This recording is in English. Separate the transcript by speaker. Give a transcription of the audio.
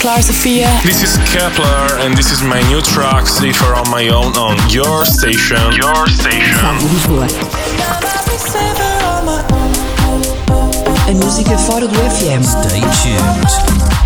Speaker 1: Klar Sophia.
Speaker 2: This is Kepler, and this is my new track, Sleeper on My Own, on your station. Your station.
Speaker 3: Rádio Lisboa.
Speaker 1: A música fora do FM.
Speaker 4: Stay tuned.